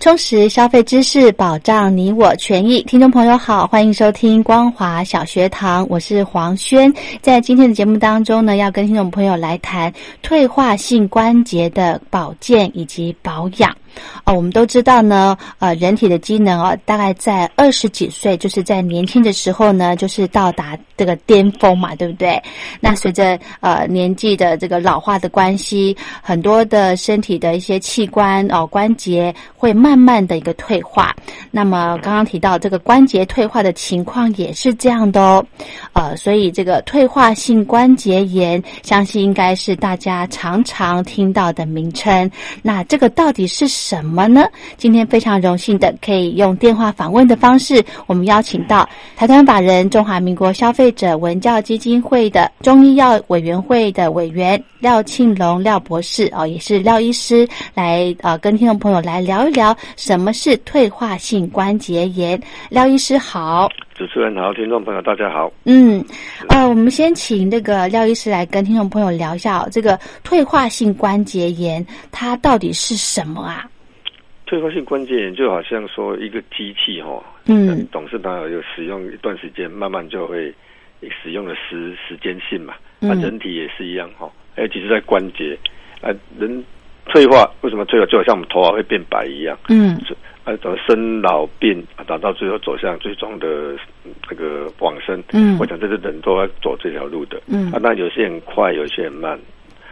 充实消费知识，保障你我权益。听众朋友好，欢迎收听光华小学堂，我是黄轩。在今天的节目当中呢，要跟听众朋友来谈退化性关节的保健以及保养。哦，我们都知道呢，呃，人体的机能哦，大概在二十几岁，就是在年轻的时候呢，就是到达这个巅峰嘛，对不对？那随着呃年纪的这个老化的关系，很多的身体的一些器官哦、关节会慢慢的一个退化。那么刚刚提到这个关节退化的情况也是这样的哦，呃，所以这个退化性关节炎，相信应该是大家常常听到的名称。那这个到底是？什么呢？今天非常荣幸的可以用电话访问的方式，我们邀请到台团法人中华民国消费者文教基金会的中医药委员会的委员廖庆龙廖博士哦，也是廖医师来呃跟听众朋友来聊一聊什么是退化性关节炎。廖医师好。主持人好，听众朋友大家好。嗯，呃，我们先请那个廖医师来跟听众朋友聊一下、哦、这个退化性关节炎它到底是什么啊？退化性关节炎就好像说一个机器哈、哦，嗯，董事长有使用一段时间，慢慢就会使用的时时间性嘛，那、嗯啊、人体也是一样哈、哦，尤其是在关节啊，人退化为什么退化？就好像我们头发会变白一样，嗯。啊，走生老病啊，打到最后走向最终的那个往生。嗯，我想这是人都要走这条路的。嗯，啊，那有些人快，有些人慢。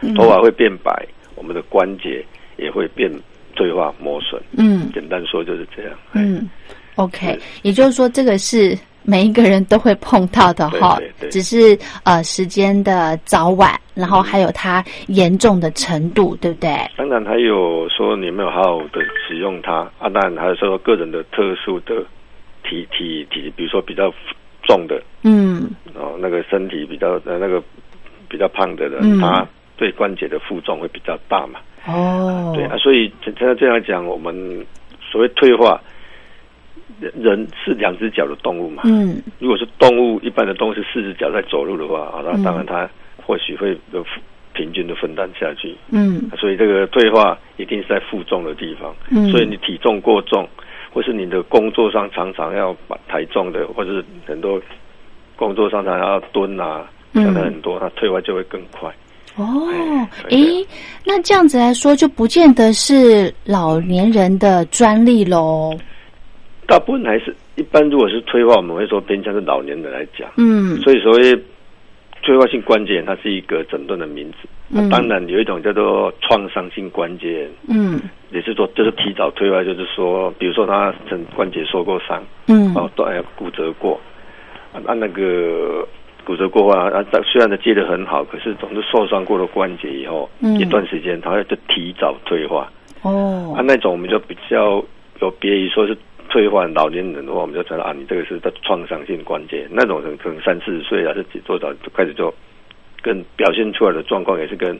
嗯头发会变白，我们的关节也会变退化磨损。嗯，简单说就是这样。嗯，OK，也就是说这个是每一个人都会碰到的哈，对对对只是呃时间的早晚，然后还有它严重的程度，对不对？当然还有说你没有好好的使用它啊，当然还有说个人的特殊的体体体，比如说比较重的，嗯，哦，那个身体比较呃那个比较胖的人，嗯、他对关节的负重会比较大嘛。哦，对啊，所以现在这样讲，我们所谓退化，人是两只脚的动物嘛。嗯，如果是动物一般的动物是四只脚在走路的话啊，那当然它或许会有。平均的分担下去，嗯，所以这个退化一定是在负重的地方，嗯，所以你体重过重，或是你的工作上常常要把抬重的，或是很多工作上常要蹲啊，想的很多，它退化就会更快。哦，诶，那这样子来说，就不见得是老年人的专利喽。大部分还是一般，如果是退化，我们会说偏向是老年人来讲，嗯，所以所谓。退化性关节炎，它是一个诊断的名字。嗯、啊，当然有一种叫做创伤性关节炎，嗯，也是说就是提早退化，就是说，比如说他曾关节受过伤，嗯，哦、啊，断骨折过，啊，那个骨折过啊，啊，虽然他接的很好，可是总是受伤过了关节以后，嗯、一段时间它会就提早退化。哦，啊，那种我们就比较有别于说是。退化老年人的话，我们就知道啊，你这个是在创伤性关节那种人，可能三四十岁啊，是几多少就开始就跟表现出来的状况也是跟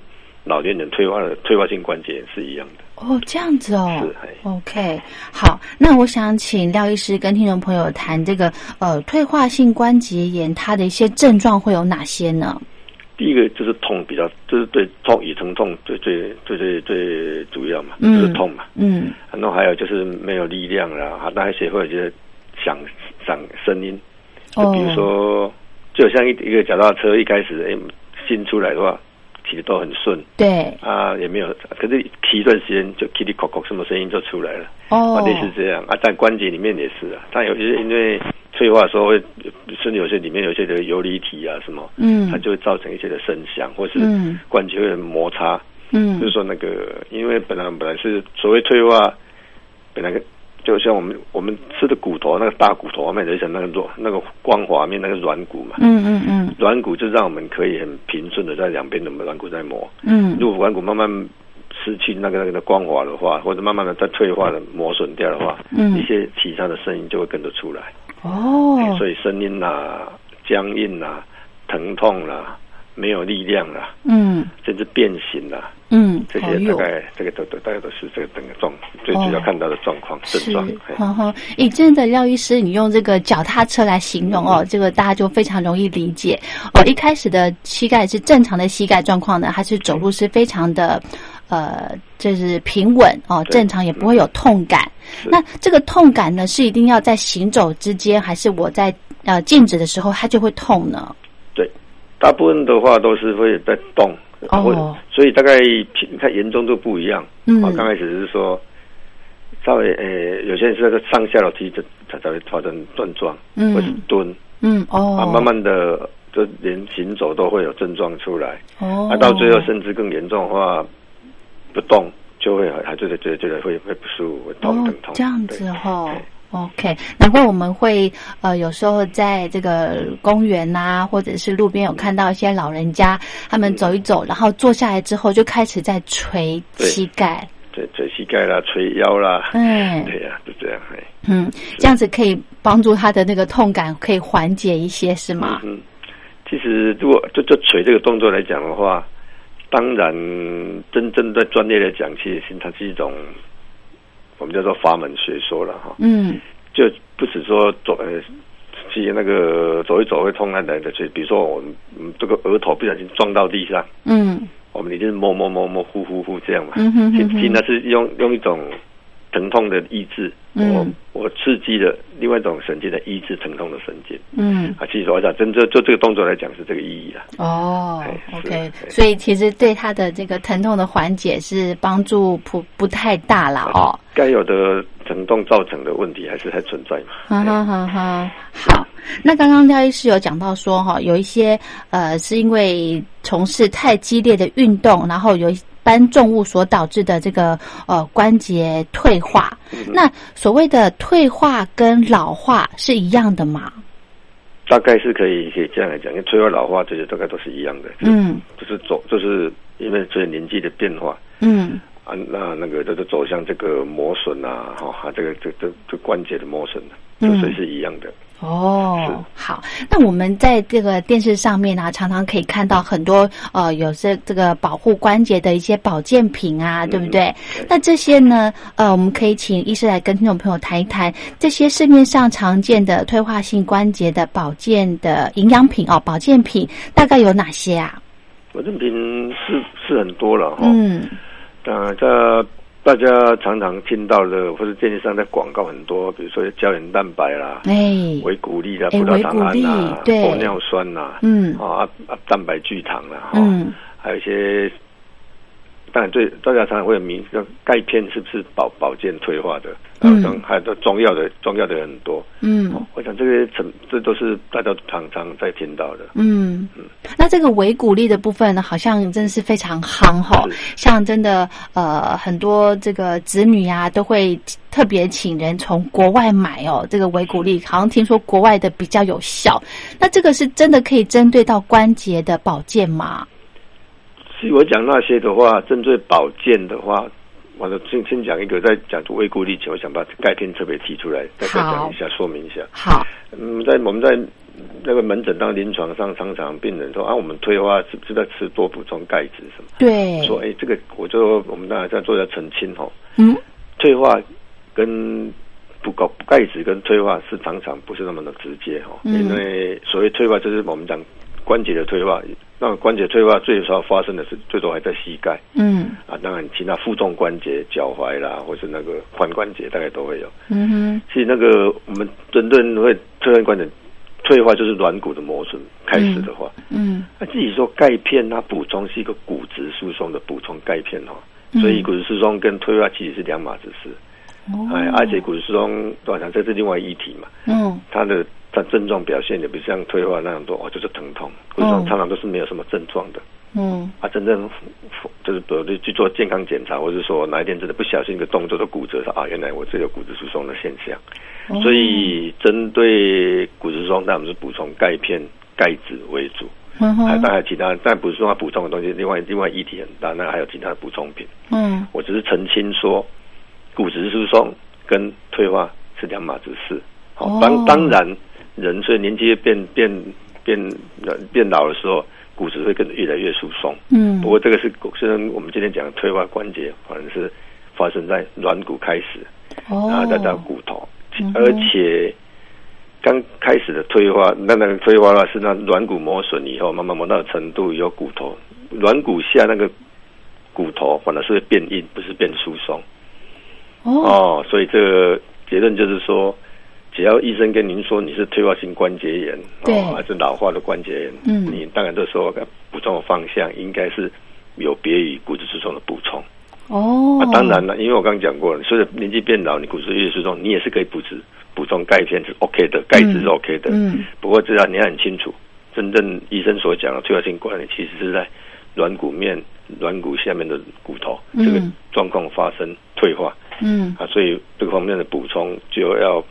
老年人退化的退化性关节是一样的。哦，这样子哦。是。 OK，好，那我想请廖医师跟听众朋友谈这个呃退化性关节炎它的一些症状会有哪些呢？第一个就是痛比较，就是对痛与疼痛最最最最最主要嘛，嗯、就是痛嘛。嗯，然后还有就是没有力量啦，啊，那些或者是响响声音，就呃比如说，哦、就像一一个脚踏车一开始哎新出来的话，骑的都很顺，对，啊也没有，可是骑一段时间就叽里咕咕什么声音就出来哦了，哦，啊类似这样啊，但关节里面也是啊，但有些因为。退化时候会甚至有些里面有一些的游离体啊什么，嗯它就会造成一些的声响，或是嗯关节会有摩擦。嗯就是说那个，因为本来本来是所谓退化，本来就像我们我们吃的骨头那个大骨头外面有一层那个软那个光滑面那个软骨嘛，嗯嗯嗯软骨就让我们可以很平顺的在两边的软骨在磨。嗯如果软骨慢慢失去那个那个的光滑的话，或者慢慢的在退化的磨损掉的话，嗯一些其他的声音就会跟着出来。哦哎所以声音呐、僵硬呐、疼痛啦、没有力量啦、嗯甚至变形啊啦、嗯，这好些大有。概这个都都大概都是这个整个状最哦主要看到的状况症是状。嘿，哈哈，诶，真的，廖医师，你用这个脚踏车来形容嗯哦，这个大家就非常容易理解哦。一开始的膝盖是正常的膝盖状况呢，还是走路嗯是非常的，呃，就是平稳哦，对嗯正常也不会有痛感。是那这个痛感呢，是一定要在行走之间，还是我在呃静止的时候它就会痛呢？大部分的话都是会在动，哦或者所以大概你看严重都不一样。嗯啊，刚开始是说稍微呃，有些人是在上下楼梯就才才会发生症状，嗯或是蹲嗯哦，啊，慢慢的就连行走都会有症状出来，哦，啊，到最后甚至更严重的话，不动就会还觉得觉得觉得会会不舒服，会痛疼痛。哦这样对子哦。OK，难怪我们会呃，有时候在这个公园呐、或者是路边有看到一些老人家，他们走一走，然后坐下来之后就开始在捶对膝盖，捶捶膝盖啦，捶腰啦，嗯对呀、就这样。哎嗯，这样子可以帮助他的那个痛感可以缓解一些，是吗？嗯，其实如果就就捶这个动作来讲的话，当然真正在专业来讲，其实它是一种我们叫做法门学说了哈，嗯就不止说走呃。其实那个走一走会痛来来的，所以比如说我们我们这个额头不小心撞到地上，嗯我们一定是摸摸摸摸呼呼呼这样嘛。嗯哼其哼其实哼，那是用用一种疼痛的抑制，我嗯我刺激了另外一种神经的抑制疼痛的神经。嗯啊，其实我想，真就就这个动作来讲是这个意义啊。哦哎是，OK，哎所以其实对他的这个疼痛的缓解是帮助不不太大啦哦。该有的疼痛造成的问题还是还存在嘛。哈哈哈哈，好。那刚刚廖医师有讲到说哈，有一些呃是因为从事太激烈的运动，然后有一搬重物所导致的这个呃关节退化。那所谓的退化跟老化是一样的嘛？大概是可以可以这样来讲，因为退化老化这些大概都是一样的，嗯就是走就是因为随着年纪的变化嗯啊，那那个就是走向这个磨损啊，哈、啊，这个这这这关节的磨损、啊，嗯就所以是一样的。哦，好。那我们在这个电视上面啊，常常可以看到很多呃，有这这个保护关节的一些保健品啊，对不对？对那这些呢，呃，我们可以请医师来跟听众朋友谈一谈这些市面上常见的退化性关节的保健的营养品哦，保健品大概有哪些啊？保健品是是很多了哈，嗯呃，这大家常常听到的，或者电视上在广告很多，比如说胶原蛋白啦、哎，维骨力啦、哎葡萄糖胺维骨啦力、对玻尿酸啦，嗯啊啊蛋白聚糖啦，哈、嗯还有一些，当然最大家常常会有迷，就钙片是不是保保健退化的？嗯然后还有都中药的中药的很多，嗯我想这些成这都是大家常常在听到的。嗯，那这个维骨力的部分呢，好像真的是非常夯哈、是像真的呃很多这个子女啊都会特别请人从国外买哦，这个维骨力好像听说国外的比较有效，那这个是真的可以针对到关节的保健吗？其实我讲那些的话，针对保健的话，我就先先讲一个，在讲维骨力前，我想把钙片特别提出来，再再好讲一下，说明一下。好，嗯，在我们在那个门诊当临床上，常常病人说啊，我们退化是不是在吃多补充钙质什么？对，说哎、这个我就我们当然在做一下澄清哦，嗯退化跟不够钙质跟退化是常常不是那么的直接哦，嗯因为所谓退化就是我们讲关节的退化，那关节退化最少发生的是最多还在膝盖嗯啊，当然其他负重关节、脚踝啦，或是那个髋关节大概都会有。嗯哼，其实那个我们真正会退换观点，退化就是软骨的磨损开始的话，嗯那、自己说钙片它补充是一个骨质疏松的补充钙片哦，嗯所以骨质疏松跟退化其实是两码子事。哦哎，而且骨质疏松，我想这是另外一题嘛，嗯它的它症状表现也不像退化那样多，哦，就是疼痛，为什哦么常常都是没有什么症状的？嗯啊，真正就是比如去做健康检查，或者说哪一天真的不小心一个动作就骨折了啊，原来我这有骨质疏松的现象。所以针对骨质疏松，那我们是补充钙片、钙质为主，嗯还哼当然其他，但不是说它补充的东西，另外另外议题很大，那还有其他的补充品。嗯我只是澄清说，骨质疏松跟退化是两码子事。好、哦当当然，人随着年纪变变变呃变老的时候，骨质会跟着越来越疏松。嗯不过这个是虽然我们今天讲的退化关节，反正是发生在软骨开始，哦然后再到骨头，嗯哼而且刚开始的退化，那那个退化了是那软骨磨损以后，慢慢磨到程度以后，骨头软骨下那个骨头反而是会变硬，不是变疏松哦哦。所以这个结论就是说，只要医生跟您说你是退化性关节炎，对哦、还是老化的关节炎，嗯你当然这时候该补充的方向应该是有别于骨质疏松的补充。哦啊，当然了，因为我刚刚讲过了，随着年纪变老，你骨质越疏松，你也是可以补质补充钙片是 OK 的，钙质是 OK 的。嗯不过这要你要很清楚，真正医生所讲的退化性关节其实是在软骨面、软骨下面的骨头、嗯这个状况发生退化嗯啊，所以这个方面的补充就要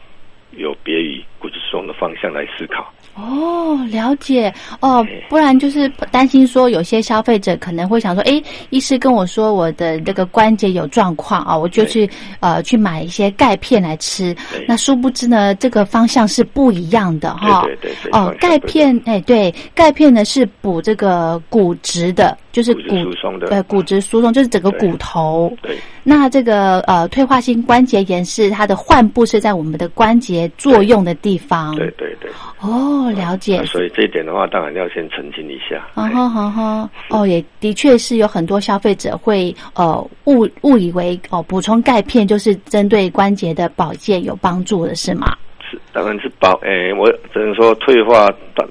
有别于骨质疏松的方向来思考。哦，了解哦对，不然就是担心说有些消费者可能会想说，诶，医师跟我说我的这个关节有状况啊、我就去呃去买一些钙片来吃对。那殊不知呢，这个方向是不一样的哈。对对对对哦方向，钙不一片哎，对，钙片呢是补这个骨质的，就是骨质骨疏松的呃骨质疏松就是整个对骨头。对，那这个呃退化性关节炎是它的患部是在我们的关节作用的地方。对对对。哦，了解。啊所以这一点的话，当然要先澄清一下。啊哎哈哈哈！哦，也的确是有很多消费者会呃误误以为哦补充钙片就是针对关节的保健有帮助的是吗？是，当然是保，诶、我只能说退化、当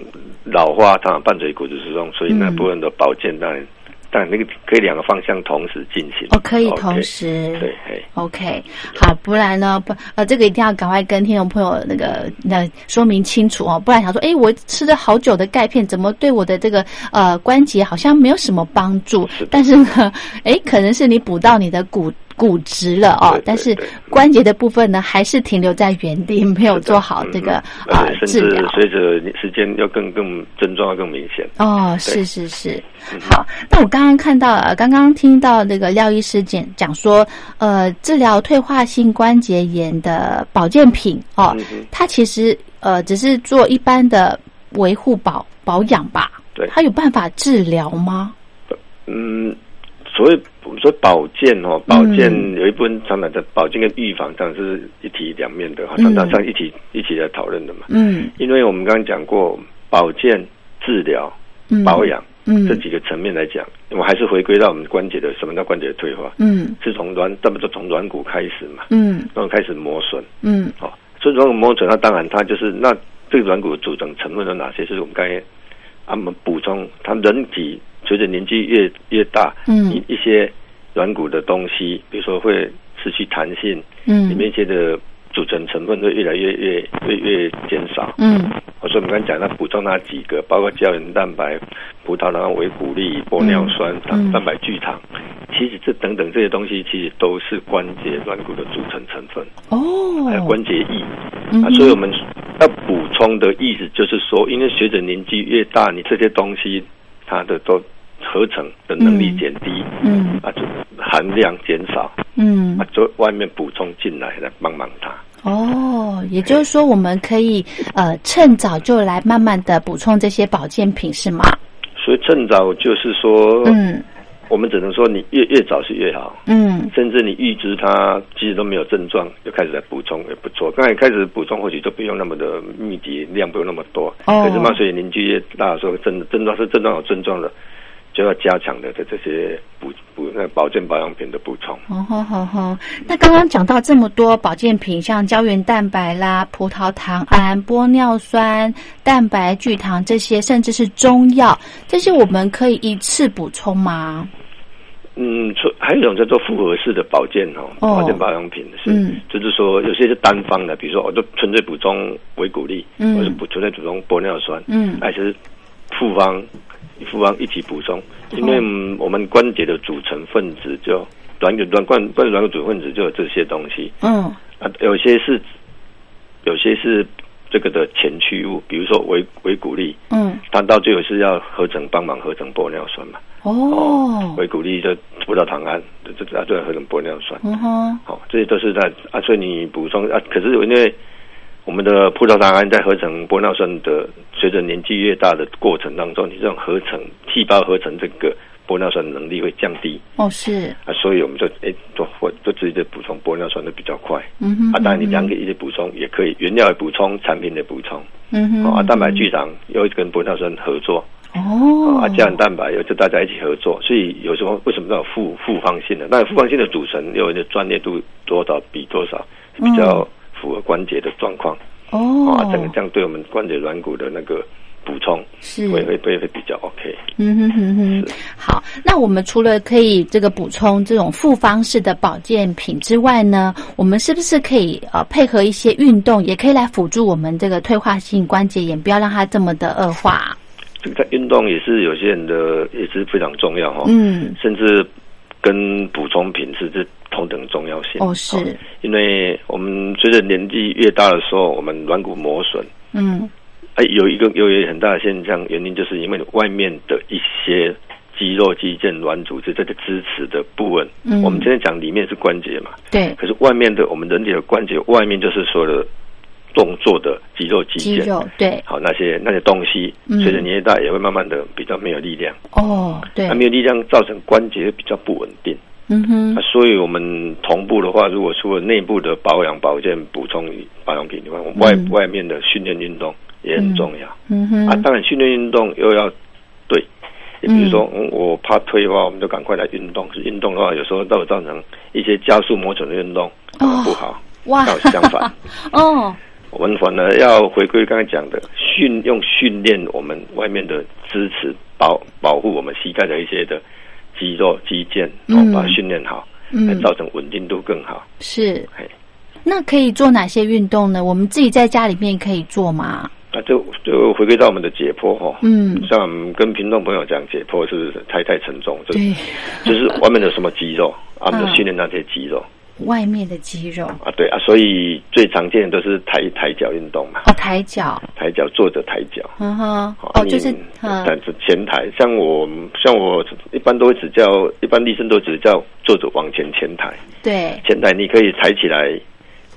老化，当然伴随骨质疏松，所以那嗯部分的保健当然，当然那个可以两个方向同时进行。哦，可以 OK，同时。对，嘿， OK，好，不然呢？不，呃，这个一定要赶快跟听众朋友那个那说明清楚哦，不然想说，诶，我吃了好久的钙片，怎么对我的这个呃关节好像没有什么帮助是的？但是呢， 诶，可能是你补到你的骨骨质了哦对对，但是对关节的部分呢，还是停留在原地，没有做好这个嗯啊而且治甚疗至。随着时间要更更症状要更明显。哦，对嗯是是是，好。那我刚刚看到，呃，刚刚听到那个廖医师讲讲说，呃，治疗退化性关节炎的保健品哦，嗯哼，它其实呃只是做一般的维护保保养吧。对它有办法治疗吗？嗯，所谓我们说保健哦，保健嗯有一部分常常的保健跟预防，当然是一体两面的，嗯常常上一起一起来讨论的嘛。嗯因为我们刚刚讲过，保健、治疗、嗯，保养。嗯这几个层面来讲，我们还是回归到我们关节的什么叫关节的退化，嗯是从软，那么就从软骨开始嘛，嗯然后开始磨损嗯哦。所以软骨磨损，那当然它就是那这个软骨组成成分有哪些？就是我们刚才啊我们补充，它人体随着年纪越越大，嗯一一些软骨的东西，比如说会失去弹性，里嗯面一些的组成成分会越来越越越越减少。嗯我说我们刚才讲到补充那几个，包括胶原蛋白、葡萄糖、维骨力、玻尿酸、嗯蛋蛋白聚糖，其实这等等这些东西，其实都是关节软骨的组成成分，哦，还有关节液、嗯啊。哼所以我们要补充的意思就是说，因为随着年纪越大，你这些东西它的都合成的能力减低，嗯啊，就含量减少，嗯啊，就外面补充进来来帮忙它。哦，也就是说，我们可以呃趁早就来慢慢的补充这些保健品，是吗？所以趁早就是说，嗯我们只能说你越越早是越好。嗯甚至你预知它其实都没有症状，就开始来补充也不错。刚才开始补充，或许就不用那么的密集，量不用那么多。哦可是嘛，所以邻居越大的时候，症症状是症状有症状的，就要加强的这这些补补那保健保养品的补充。哦吼吼吼，那刚刚讲到这么多保健品，像胶原蛋白啦、葡萄糖胺、玻尿酸、蛋白聚糖这些，甚至是中药，这些我们可以一次补充吗？嗯，除还有一种叫做复合式的保健哦，哦保健保养品是，嗯就是说有些是单方的，比如说哦我就纯粹补充维骨力，嗯或者补纯粹补充玻尿酸，嗯还是复方复方一起补充，哦因为嗯我们关节的组成分子就软骨软冠关节软骨组成分子就有这些东西嗯啊，有些是有些是这个的前驱物，比如说维维骨力，嗯，它到最后是要合成帮忙合成玻尿酸嘛。哦，维骨力就葡萄糖胺，这这这这合成玻尿酸，嗯哼，好、这些都是在啊，所以你补充啊，可是因为我们的葡萄糖胺在合成玻尿酸的，随着年纪越大的过程当中，你这种合成细胞合成这个玻尿酸的能力会降低哦是，啊，所以我们就哎就或就直接补充玻尿酸的比较快嗯哼，啊，当然你两个一起补充也可以，原料也补充，产品也补充，嗯哼，哦、啊，蛋白剧场又跟玻尿酸合作，哦，啊，胶原蛋白又就大家一起合作，所以有时候为什么要复复方性的？那复方性的组成又有的专业度多少比多少是比较符合关节的状况、嗯哦啊，整个这样对我们关节软骨的那个补充是会会会会比较 OK。嗯哼哼哼，好。那我们除了可以这个补充这种复方式的保健品之外呢，我们是不是可以呃配合一些运动，也可以来辅助我们这个退化性关节炎，不要让它这么的恶化？这个在运动也是有些人的也是非常重要哈、哦，嗯，甚至跟补充品是是同等重要性哦是，因为我们随着年纪越大的时候，我们软骨磨损。嗯哎，有一个有一个很大的现象，原因就是因为外面的一些肌肉、肌腱、软组织这个支持的部分。嗯我们今天讲里面是关节嘛，对，可是外面的我们人体的关节外面就是所有的动作的肌肉、肌肌腱，肉对，好那些那些东西，嗯随着年纪大也会慢慢的比较没有力量，哦对那，没有力量造成关节比较不稳定。嗯哼啊，，所以我们同步的话，如果除了内部的保养、保健、补充保养品以外，我们外、嗯外面的训练运动也很重要。嗯哼，啊，当然训练运动又要对，也比如说、嗯我怕退化，我们就赶快来运动。是运动的话，有时候都有造成一些加速磨损的运动，可能不好。哦哇倒是相 反，哦，我们反而要回归刚才讲的训，用训练我们外面的支持保保护我们膝盖的一些的肌肉肌腱，然后嗯把它训练好，来嗯造成稳定度更好。是嘿。那可以做哪些运动呢？我们自己在家里面可以做吗？那就就回归到我们的解剖哈、哦，嗯像我们跟听众朋友讲解剖是不是太太沉重？这对，就是外面有什么肌肉，啊，我嗯们就训练那些肌肉外面的肌肉啊，对啊，所以最常见的都是抬抬脚运动嘛，哦，抬脚，抬脚坐着抬脚。嗯哼，好哦，你呃就是嗯但是前抬，像我像我一般都会只叫，一般立生都只叫坐着往前前抬，对，前抬你可以抬起来，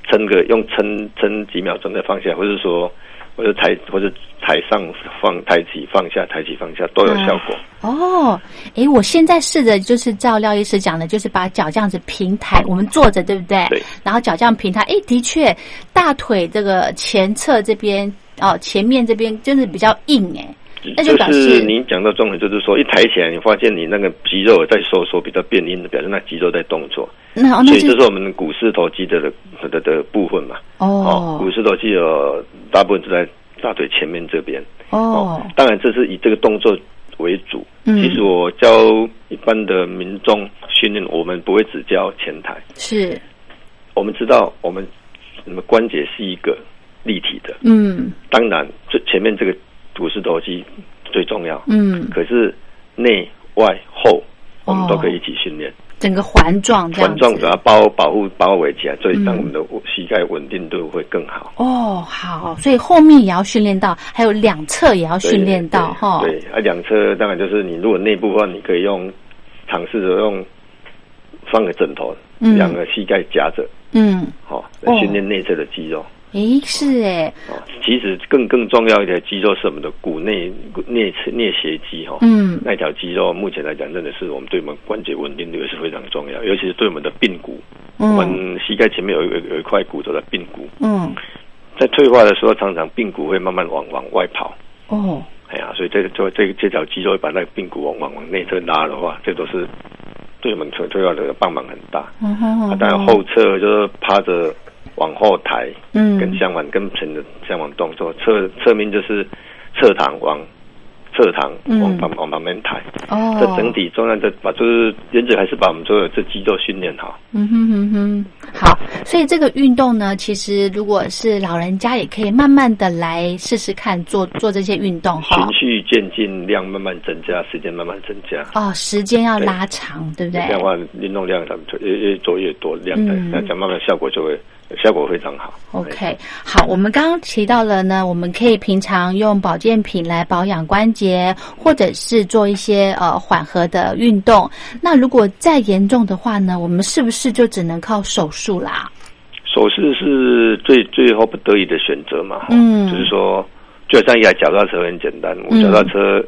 撑个用撑撑几秒钟再放下，或者说或者抬或者抬上放抬起放下抬起放下都嗯有效果。哦，诶，我现在试着就是照廖医师讲的，就是把脚这样子平抬，我们坐着对不对？对。然后脚这样平抬，诶，的确，大腿这个前侧这边哦，前面这边真的比较硬诶，那就表嗯是示你讲到重点，就是说一抬起来，你发现你那个肌肉在收缩，比较变硬的，表示那肌肉在动作。那哦所那以这是是我们股四头肌的的的的部分嘛。哦股四头肌有大部分是在大腿前面这边。哦，当然这是以这个动作为主。嗯其实我教一般的民众训练，我们不会只教前抬，是，我们知道我们我们关节是一个立体的，嗯当然最前面这个股四头肌最重要。嗯，可是内外后哦我们都可以一起训练，整个环状这样环子。状把它包保护包围起来，所以嗯让我们的膝盖稳定度会更好。哦，好，所以后面也要训练到，还有两侧也要对训练到对哈。对，啊，两侧当然就是你如果内部的话，你可以用尝试着用放个枕头，嗯两个膝盖夹着，嗯，好、哦来训练内侧的肌肉。诶，是诶，哦，其实更更重要一点的肌肉是我们的骨内骨内侧内斜肌哈、哦，嗯那条肌肉目前来讲真的是我们对我们关节稳定度也是非常重要，尤其是对我们的髌骨，嗯我们膝盖前面有一个有一块骨头的髌骨，嗯，在退化的时候，常常髌骨会慢慢往往外跑，哦。哎呀，所以这个这这这条肌肉会把那个髌骨往往往内侧拉的话，这都是对我们退退化的帮忙很大。嗯哼啊嗯，当然后侧就是趴着往后抬，嗯跟相反跟前的相反动作，侧侧面就是侧躺往侧躺嗯往旁往旁边抬。哦，这整体重量的把就是原则还是把我们所有这肌肉训练好。嗯哼哼哼，好，所以这个运动呢，其实如果是老人家，也可以慢慢的来试试看做做这些运动哈循。序渐进，量慢慢增加，时间慢慢增加。哦，时间要拉长，对不这对样？的话，运动量咱们就越越做越多量的嗯，那这样慢慢效果就会效果非常好。 OK，好，我们刚刚提到了呢，我们可以平常用保健品来保养关节，或者是做一些呃缓和的运动。那如果再严重的话呢，我们是不是就只能靠手术啦？手势是最最后不得已的选择嘛，嗯就是说，就像一台脚踏车很简单，我嗯脚踏车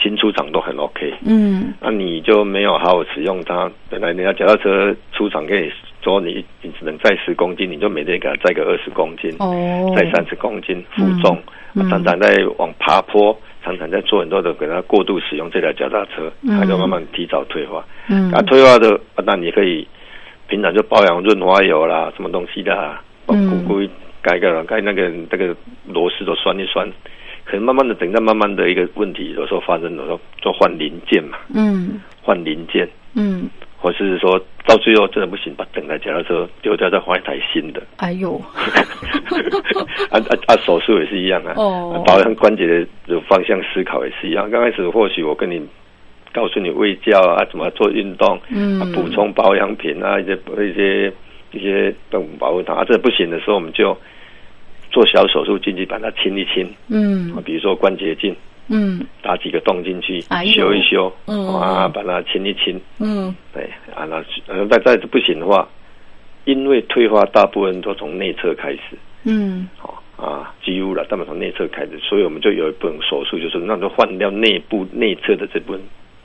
新出厂都很 OK，嗯那、你就没有好好使用它，本来人家脚踏车出厂给你说你你只能载十公斤，你就每天给它载个二十公斤，哦，载三十公斤负重，嗯啊常常在往爬坡，常常在做很多的给它过度使用这台脚踏车，嗯它就慢慢提早退化。嗯啊，退化的，啊那你可以平常就保养润滑油啦，什么东西的、啊，把嗯骨骨改改了，改那个那个螺丝都酸一酸，可能慢慢的等到慢慢的一个问题，有时候发生，有时候就换零件嘛，嗯换零件，嗯，或是说到最后真的不行，把整台脚踏车丢掉，再换一台 新的。哎 呦，啊啊啊！手术也是一样啊，哦啊保养关节的方向思考也是一样。刚开始或许我跟你告诉你胃教啊，怎么做运动，嗯啊补充保养品啊，一些一些一些动物保护它啊，这不行的时候，我们就做小手术进去把它清一清，嗯啊比如说关节镜嗯打几个洞进去哎，呦修一修，嗯啊，把它清一清，嗯对啊，那呃但再不行的话，因为退化大部分都从内侧开始。嗯哦啊，几乎了，大部分从内侧开始，所以我们就有一部分手术，就是那就换掉内部内侧的这部分、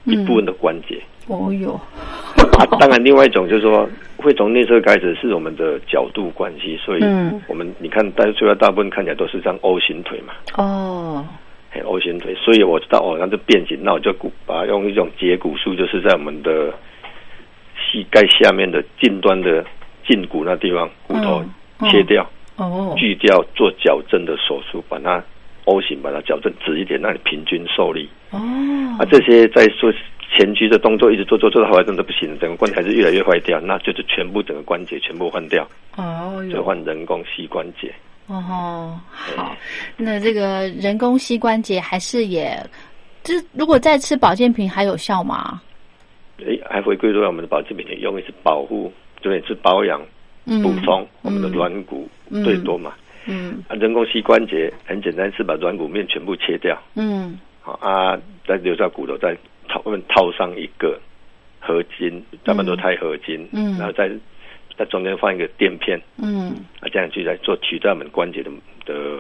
嗯一部分的关 节。哦呦，啊，当然，另外一种就是说，会从内侧开始是我们的角度关系，所以嗯我们、你看，大最后大部分看起来都是这样 O 型腿嘛，哦，嘿 o 型腿，所以我知道哦，那就变形，那我就骨把它用一种截骨术，就是在我们的膝盖下面的近端的胫骨那地方骨头嗯嗯切掉。哦，锯掉做矫正的手术，把它 O 型把它矫正直一点，让你平均受力。哦，啊，这些在做前期的动作，一直做做做到后来真的不行，整个关节还是越来越坏掉，那就是全部整个关节全部换掉，哦就哟，换人工膝关节。哦，好，那这个人工膝关节还是也，这如果再吃保健品还有效吗？诶，还回归到我们的保健品的用意是保护，对，是保养、嗯补充我们的嗯软骨嗯最多嘛。嗯啊，人工膝关节很简单，是把软骨面全部切掉，嗯好啊，再留下骨头，再套外面套上一个合金，大半都钛合金，嗯然后再在中间放一个垫片，嗯啊，这样去来做取代我们关节的的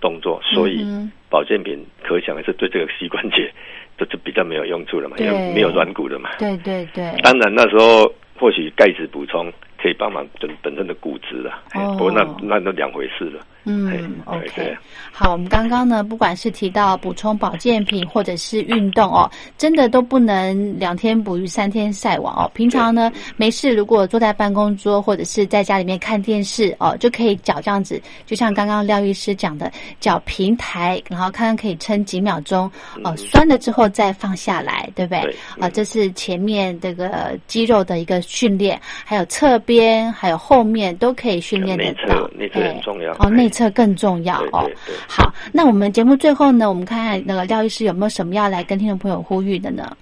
动作，所以嗯哼保健品可想而知对这个膝关节都是比较没有用处了嘛，因对为没有软骨了嘛。对对对，当然那时候或许钙质补充可以帮忙本本身的骨质了，哎哦不过那那都两回事了。哎嗯对对，OK，好，我们刚刚呢，不管是提到补充保健品或者是运动哦，真的都不能两天捕鱼三天晒网哦。平常呢，没事如果坐在办公桌或者是在家里面看电视哦，就可以脚这样子，就像刚刚廖医师讲的，脚平抬，然后看看可以撑几秒钟，哦，酸了之后再放下来，对不对？嗯对啊，这是前面这个肌肉的一个训练，还有侧边，还有后面都可以训练得内侧到。内侧很哎重要哦，哎内侧更重要对哦对对。好，那我们节目最后呢，我们看看那个廖医师有没有什么要来跟听众朋友呼吁的呢？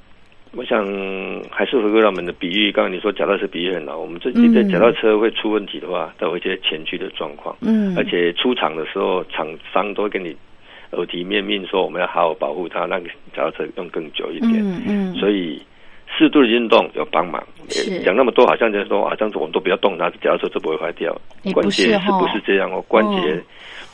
我想还是回归到我们的比喻，刚刚你说脚踏车比喻很好，我们这一的脚踏车会出问题的话，都有一些前驱的状况，嗯，而且出厂的时候，厂商都会跟你耳提面命说我们要好好保护它，让脚踏车用更久一点。嗯嗯，所以适度的运动有帮忙。是讲那么多，好像就是说啊，这样子我们都不要动它，脚踏车就不会坏掉也。不关是节是哦不是这样哦？关节嗯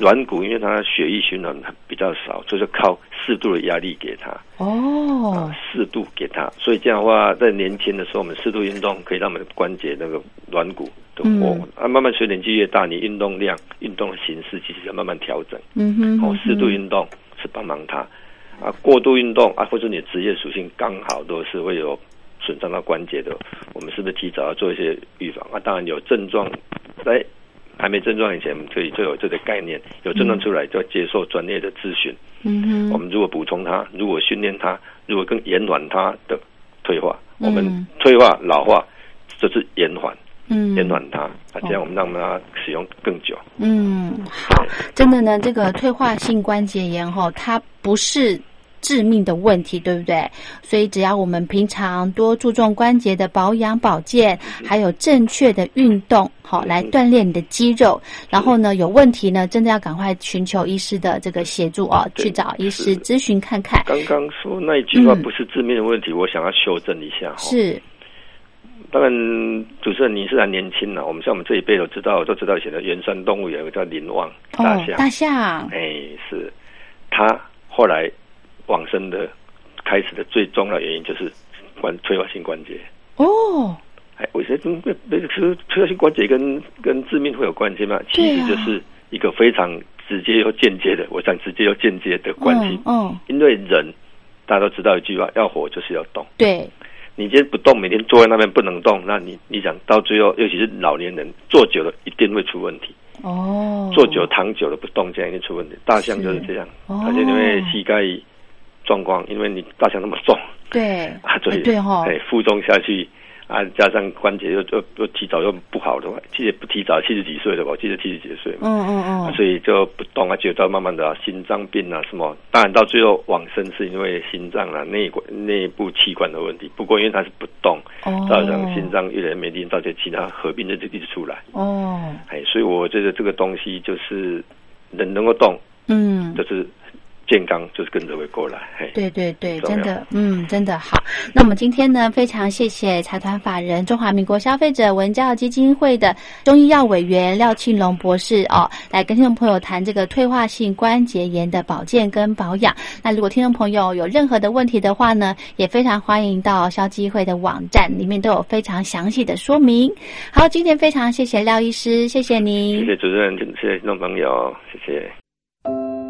软骨因为它血液循环比较少，所以就靠适度的压力给它。哦啊，，适度给他，所以这样的话，在年轻的时候，我们适度运动可以让我们的关节那个软骨的活。嗯啊，慢慢随着年纪越大，你运动量、运动的形式其实要慢慢调整。嗯哼，哦嗯，适度哼运动是帮忙他啊，过度运动啊，或者你的职业属性刚好都是会有损伤到关节的，我们是不是提早要做一些预防啊？当然有症状，来还没症状以前，我们可以就有这个概念；有症状出来，就要接受专业的咨询。嗯哼，我们如果补充它，如果训练它，如果更延缓它的退化，我们嗯退化老化就是延缓嗯延缓它，啊，这样我们让它使用更久。嗯，好，真的呢，这个退化性关节炎吼，它不是致命的问题，对不对？所以只要我们平常多注重关节的保养保健，还有正确的运动，好嗯来锻炼你的肌肉。然后呢，有问题呢，真的要赶快寻求医师的这个协助哦，对去找医师咨询看看。刚刚说那一句话嗯不是致命的问题，我想要修正一下。哈。是，当然，主持人你是还年轻啊了，我们像我们这一辈都知道，都知道以前的圆山动物园有个叫林旺哦大象，，大象，哎，是他后来往生的开始的最重要的原因就是关退化性关节。哦，哎，我觉得嗯那那个其实退化性关节跟跟致命会有关系吗？其对啊实就是一个非常直接又间接的，我想直接又间接的关系嗯，嗯，因为人大家都知道一句话，要活就是要动。对，你今天不动，每天坐在那边不能动，那你你想到最后，尤其是老年人坐久了一定会出问题，哦，坐久躺久了不动，这样一定出问题。大象就是这样，哦而且因为膝盖状况，因为你大象那么重对， 啊，所以哎对哦哎负重下去啊，加上关节又又又提早又不好的话，其实不提早七十几岁了吧，我记得七十几岁嘛。嗯嗯啊嗯，所以就不动啊，就到慢慢的、啊、心脏病啊什么，当然到最后往生是因为心脏啊内管内部器官的问题。不过因为它是不动，哦造成心脏越来越没力，造成其他合并的就一直出来。哦，哎，所以我觉得这个东西就是人能够动，嗯就，是健康，就是跟着会过来。嘿，对对对，重真要的，嗯，真的好。那我们今天呢，非常谢谢财团法人中华民国消费者文教基金会的中医药委员廖庆龙博士哦，来跟听众朋友谈这个退化性关节炎的保健跟保养。那如果听众朋友有任何的问题的话呢，也非常欢迎到消基会的网站，里面都有非常详细的说明。好，今天非常谢谢廖医师，谢谢您，谢谢主持人，谢谢听众朋友，谢谢。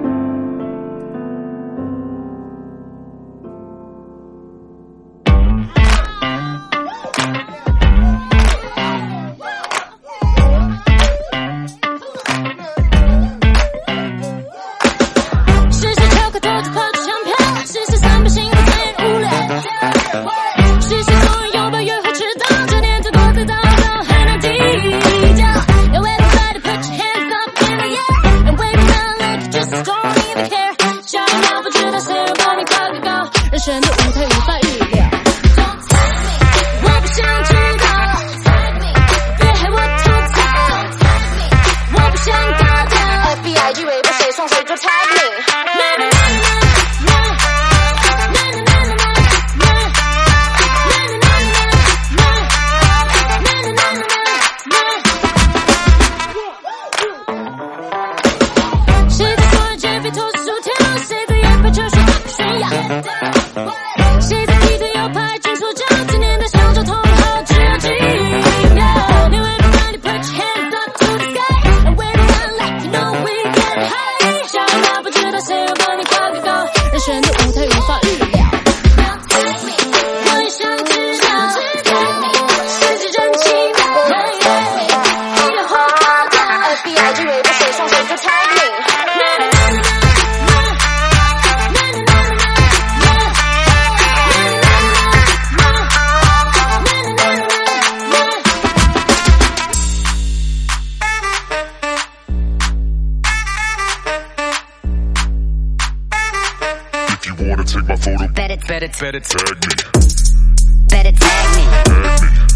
试试巧克力泡香片，试试三不星的最无聊。试试所有的约会迟到，这点最不自到的还能低调。Now everybody put your hands up in the air and wave them down like you just don't even care。下一秒不知道谁能帮你高个高，人生的舞台无法预料。我不想知道，别害我吐槽，我不想高调。 FBI 以为被谁送谁就 tag 你。谁在说绝非脱俗条？谁在也被车水马炫耀？谁在劈腿又拍进错角？今年的小酒同好只有几秒。Now everybody put your hands up to the sky and wave it down like you know we get high。下一秒不知道谁要帮你高个高，人生的舞台无法预料。我也想知道，世界真奇妙，一秒花掉。 FBI 以为被谁送谁就 tag 你。 If you wanna take my photo, Better, better, better, tag me. better tag me.